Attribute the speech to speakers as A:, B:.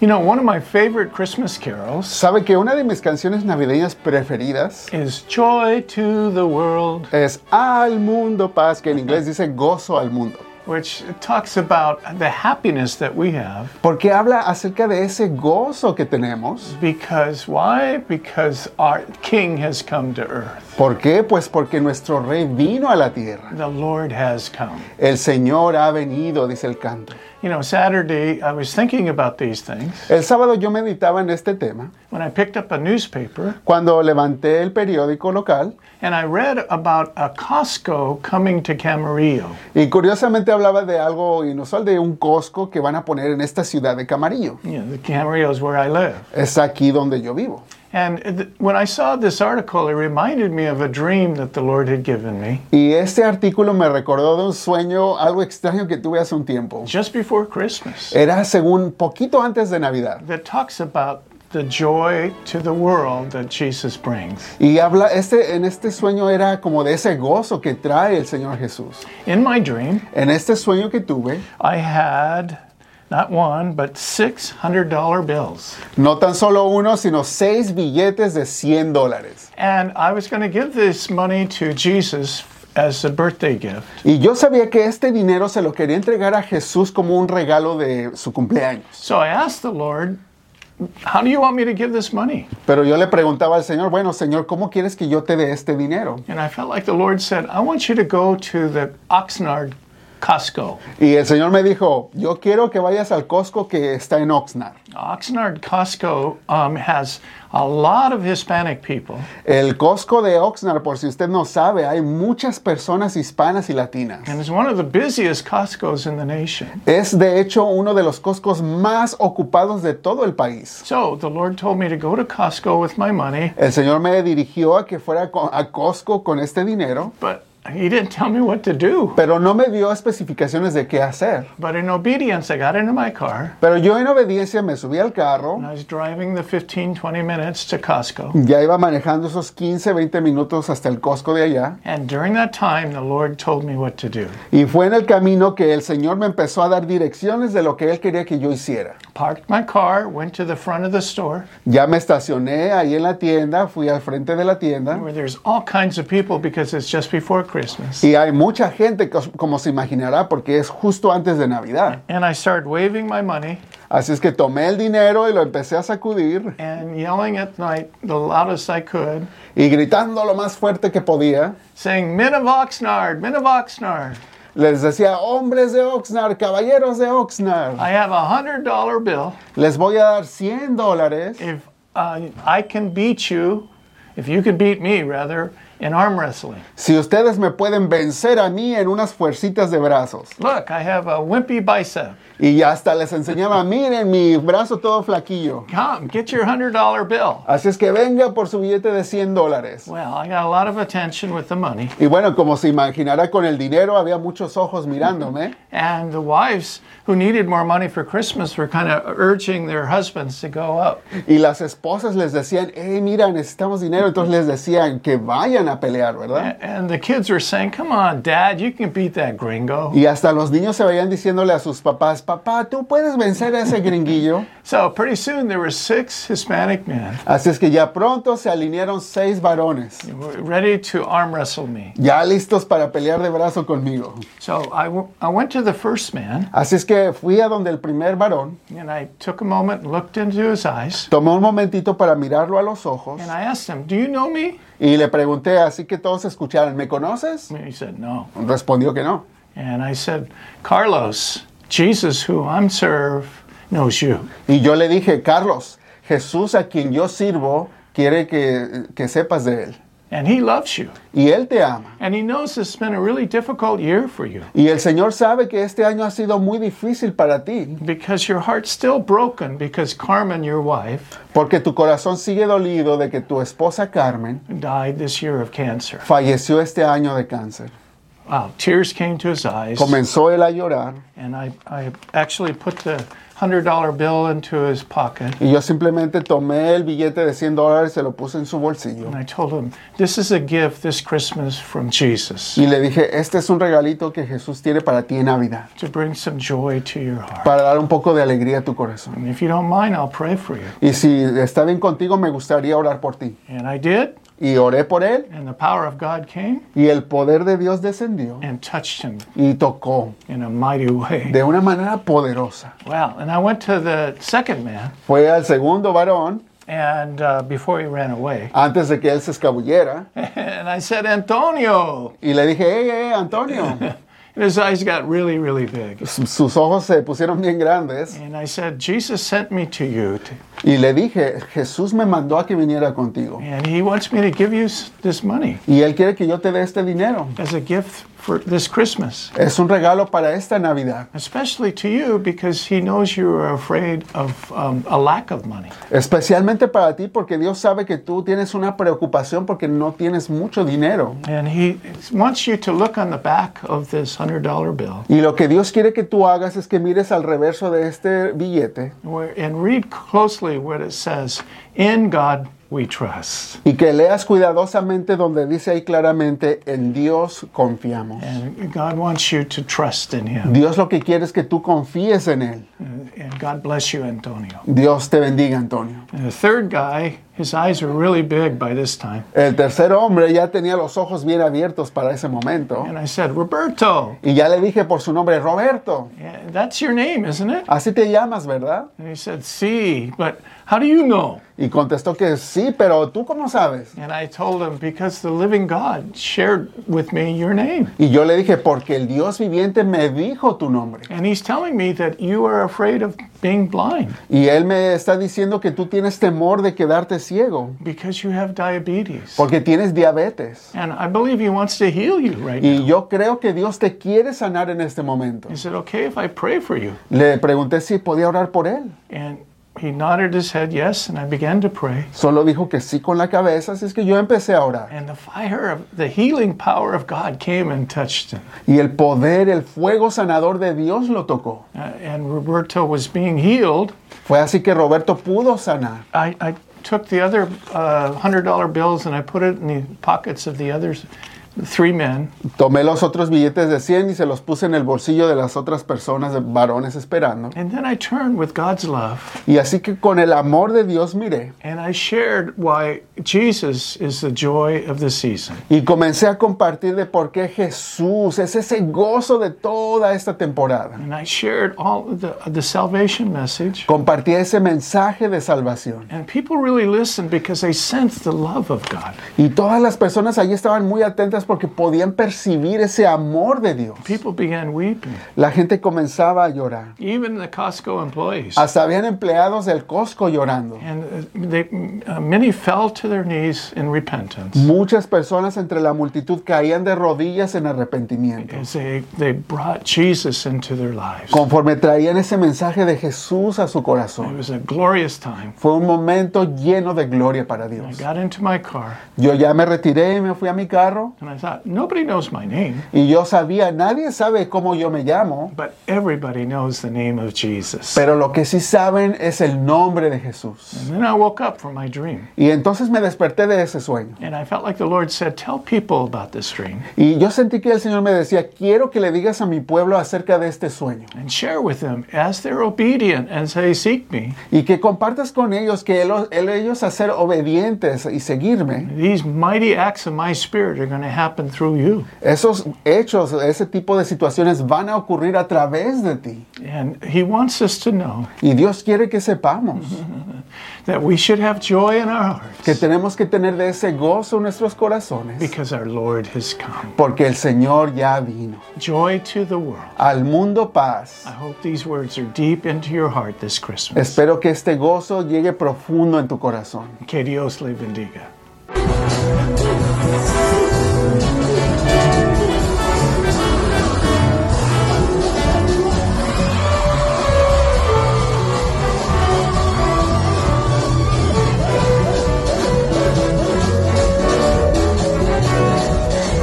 A: You know, one of my favorite Christmas carols
B: ¿Sabe que una de mis canciones navideñas preferidas
A: is Joy to the World,
B: es Al Mundo Paz, que en inglés dice gozo al mundo?
A: which talks about the happiness that we have.
B: Porque habla acerca de ese gozo que tenemos.
A: Because why? Because our King has come to earth.
B: ¿Por qué? Pues porque nuestro rey vino a la tierra.
A: The Lord has come.
B: El Señor ha venido, dice el canto.
A: You know, Saturday, I was thinking about these things.
B: El sábado yo meditaba en este tema
A: When I picked up a newspaper
B: cuando levanté el periódico local
A: and I read about a Costco coming to Camarillo.
B: y curiosamente hablaba de algo inusual, de un Costco que van a poner en esta ciudad de Camarillo.
A: You know, the Camarillo is where I live.
B: Es aquí donde yo vivo.
A: And th- when I saw this article, it reminded me of a dream that the Lord had given me
B: Y este artículo me recordó de un sueño, algo extraño que tuve hace un tiempo.
A: just before Christmas
B: Era según poquito antes de Navidad.
A: that talks about the joy to the world that Jesus brings.
B: Y habla, este, en este sueño era como de ese gozo que trae el Señor Jesús.
A: In my dream,
B: En este sueño que tuve,
A: I had not one, but six hundred dollar bills.
B: no tan solo uno, sino seis billetes de 100 dólares.
A: And I was going to give this money to Jesus as a birthday gift.
B: Y yo sabía que este dinero se lo quería entregar a Jesús como un regalo de su cumpleaños.
A: So I asked the Lord, How do you want me to give this money?
B: Pero yo le preguntaba al Señor, bueno, Señor, ¿cómo quieres que yo te dé este dinero?
A: And I felt like the Lord said, I want you to go to the Oxnard Costco.
B: Y el Señor me dijo, yo quiero que vayas al Costco que está en Oxnard.
A: Oxnard Costco um, has a lot of Hispanic people,
B: El Costco de Oxnard, por si usted no sabe, hay muchas personas hispanas y latinas.
A: and it's one of the busiest Costcos in the nation.
B: Es de hecho uno de los Costcos más ocupados de todo el país.
A: So the Lord told me to go to Costco with my money,
B: El Señor me dirigió a que fuera co- a Costco con este dinero,
A: but He didn't tell me what to do.
B: pero no me dio especificaciones de qué hacer.
A: But in obedience, I got into my car.
B: Pero yo en obediencia me subí al carro,
A: And I was driving the 15, 20 minutes to Costco.
B: ya iba manejando esos 15, 20 minutos hasta el Costco de allá,
A: And during that time, the Lord told me what to do.
B: y fue en el camino que el Señor me empezó a dar direcciones de lo que Él quería que yo hiciera.
A: Parked my car, went to the front of the store
B: Ya me estacioné ahí en la tienda, fui al frente de la tienda
A: where there's all kinds of people because it's just before Christmas.
B: y hay mucha gente, cos- como se imaginará, porque es justo antes de Navidad.
A: And I started waving my money
B: Así es que tomé el dinero y lo empecé a sacudir
A: and yelling at night the loudest I could,
B: y gritando lo más fuerte que podía.
A: saying, Men of Oxnard, men of Oxnard,
B: Les decía, hombres de Oxnard, caballeros de Oxnard,
A: I have a $100 bill.
B: les voy a dar 100 dólares
A: If uh, I can beat you, if you can beat me, rather, in arm wrestling.
B: si ustedes me pueden vencer a mí en unas fuercitas de brazos.
A: Look, I have a wimpy bicep.
B: Y ya hasta les enseñaba, miren mi brazo todo flaquillo.
A: Come, get your $100 bill.
B: Así es que venga por su billete de 100 dólares.
A: Well, I got a lot of attention with the money.
B: Y bueno, como se imaginará, con el dinero había muchos ojos mirándome.
A: And the wives who needed more money for Christmas were kind of urging their husbands to go up.
B: Y las esposas les decían, hey, mira, necesitamos dinero. Entonces les decían que vayan a pelear, ¿verdad?
A: And the kids were saying, Come on, Dad, you can beat that gringo.
B: Y hasta los niños se veían diciéndole a sus papás, papá, tú puedes vencer a ese gringuillo.
A: So pretty soon there were six Hispanic men
B: Así es que ya pronto se alinearon seis varones,
A: who were ready to arm wrestle me.
B: ya listos para pelear de brazo conmigo.
A: So I, w- I went to the first man
B: Así es que fui a donde el primer varón,
A: and I took a moment and looked into his eyes.
B: tomé un momentito para mirarlo a los ojos
A: And I asked him, Do you know me?
B: y le pregunté, así que todos escucharon, ¿me conoces?
A: And he said, No.
B: Respondió que no.
A: And I said, Carlos, Jesus, who I'm serve, knows you.
B: Y yo le dije, Carlos, Jesús a quien yo sirvo quiere que, que sepas de él.
A: And he loves you.
B: Y él te ama.
A: And he knows it's been a really difficult year for you
B: Y el Señor sabe que este año ha sido muy difícil para ti,
A: because your heart's still broken because Carmen, your wife,
B: porque tu corazón sigue dolido de que tu esposa Carmen
A: died this year of cancer.
B: falleció este año de cáncer.
A: Wow, tears came to his eyes.
B: Comenzó él a llorar
A: And I, I actually put the $100 bill into his pocket.
B: Y yo simplemente tomé el billete de 100 dólares, se lo puse en su bolsillo.
A: And I told him, This is a gift this Christmas from Jesus
B: Y le dije, este es un regalito que Jesús tiene para ti en Navidad,
A: to bring some joy to your heart.
B: para dar un poco de alegría a tu corazón.
A: And if you don't mind, I'll pray for you.
B: Y si está bien contigo, me gustaría orar por ti.
A: And I did.
B: Y oré por él,
A: And the power of God came
B: y el poder de Dios descendió
A: and touched him
B: y tocó
A: in a mighty way.
B: de una manera poderosa.
A: Wow. And I went to the second man,
B: Fue al segundo varón,
A: and uh, before he ran away,
B: antes de que él se escabullera,
A: and I said, Antonio.
B: y le dije, hey, hey, Antonio.
A: And his eyes got really, really big.
B: Su- Sus ojos se pusieron bien grandes
A: And I said, Jesus sent me to you, to-
B: y le dije, Jesús me mandó a que viniera contigo.
A: and he wants me to give you s- this money
B: Y él quiere que yo te dé este dinero.
A: as a gift for this Christmas,
B: Es un regalo para esta Navidad,
A: especially to you because he knows you are afraid of um, a lack of money.
B: especialmente para ti porque Dios sabe que tú tienes una preocupación porque no tienes mucho dinero.
A: And he wants you to look on the back of this $100 bill
B: Y lo que Dios quiere que tú hagas es que mires al reverso de este billete
A: where, and read closely what it says In God we trust.
B: y que leas cuidadosamente donde dice ahí claramente, en Dios confiamos.
A: And God wants you to trust in him.
B: Dios lo que quiere es que tú confíes en Él.
A: And God bless you, Antonio.
B: Dios te bendiga, Antonio.
A: And the third guy, his eyes were really big by this time.
B: El tercer hombre ya tenía los ojos bien abiertos para ese momento.
A: And I said, Roberto,
B: Y ya le dije por su nombre, Roberto,
A: eh, that's your name, isn't it?
B: así te llamas, ¿verdad?
A: And he said, See, but how do you know?
B: Y contestó que sí, pero tú cómo sabes.
A: And I told him, Because the living God shared with me your name.
B: Y yo le dije, porque el Dios viviente me dijo tu nombre.
A: And he's telling me that you are afraid of being blind
B: Y él me está diciendo que tú tienes temor de quedarte ciego,
A: because you have diabetes.
B: porque tienes diabetes.
A: And I believe he wants to heal you right now.
B: Y yo creo que Dios te quiere sanar en este momento.
A: He said, Okay, if I pray for you.
B: Le pregunté si podía orar por él.
A: And he nodded his head, Yes. And I began to pray.
B: Solo dijo que sí con la cabeza, así es que yo empecé a orar.
A: And the fire of the healing power of God came and touched him.
B: Y el poder, el fuego sanador de Dios lo tocó.
A: Uh, and Roberto was being healed.
B: Fue así que Roberto pudo sanar.
A: I, I took the other uh, $100 bills and I put it in the pockets of the other three men.
B: Tomé los otros billetes de 100 y se los puse en el bolsillo de las otras personas, de varones esperando.
A: And then I turned with God's love
B: Y así que con el amor de Dios miré
A: and I shared why Jesus is the joy of the season.
B: y comencé a compartir de por qué Jesús es ese gozo de toda esta temporada.
A: And I shared all the, the salvation message.
B: Compartí ese mensaje de salvación.
A: And people really listened because they sensed the love of God.
B: Y todas las personas allí estaban muy atentas porque podían percibir ese amor de Dios.
A: People began weeping,
B: La gente comenzaba a llorar.
A: even the Costco employees.
B: Hasta habían empleados del Costco llorando.
A: And uh, they, uh, many fell to their knees in repentance
B: Muchas personas entre la multitud caían de rodillas en arrepentimiento.
A: as they, they brought Jesus into their lives.
B: Conforme traían ese mensaje de Jesús a su
A: It
B: corazón.
A: was a glorious time.
B: Fue un momento lleno de gloria para
A: I
B: Dios.
A: got into my car
B: Yo ya me retiré y me fui a mi carro
A: and I thought, nobody knows my name,
B: y yo sabía, nadie sabe cómo yo me llamo,
A: but everybody knows the name of Jesus.
B: pero lo que sí saben es el nombre de Jesús.
A: And then I woke up from my dream
B: Y entonces me desperté de ese sueño
A: and I felt like the Lord said, Tell people about this dream
B: y yo sentí que el Señor me decía, quiero que le digas a mi pueblo acerca de este sueño
A: and share with them as they're obedient and say, Seek me.
B: y que compartas con ellos que el- el- ellos a ser obedientes y seguirme,
A: These mighty acts of my spirit are going to happen through you.
B: esos hechos, ese tipo de situaciones van a ocurrir a través de ti.
A: And He wants us to know
B: Y Dios quiere que sepamos
A: that we should have joy in our hearts.
B: que tenemos que tener de ese gozo en nuestros corazones
A: Because our Lord has come.
B: porque el Señor ya vino.
A: Joy to the world.
B: Al mundo paz.
A: I hope these words are deep into your heart this Christmas.
B: Espero que este gozo llegue profundo en tu corazón.
A: Que Dios le bendiga.